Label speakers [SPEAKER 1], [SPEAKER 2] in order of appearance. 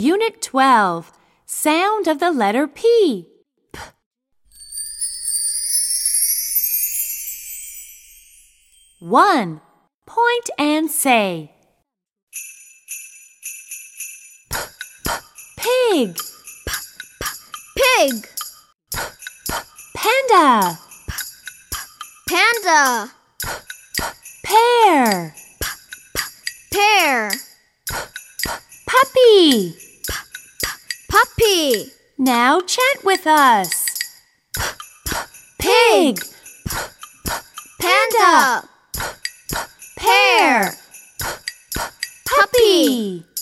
[SPEAKER 1] Unit 12 Sound of the letter P. P. One. Point and say. P, p, pig.
[SPEAKER 2] Pig,
[SPEAKER 1] Panda.
[SPEAKER 2] panda,
[SPEAKER 1] Pear.
[SPEAKER 2] pear,
[SPEAKER 1] Puppy.
[SPEAKER 2] puppy,
[SPEAKER 1] Now chant with us. Pig.
[SPEAKER 2] panda,
[SPEAKER 1] Pear.
[SPEAKER 2] puppy.
[SPEAKER 1] Puppy.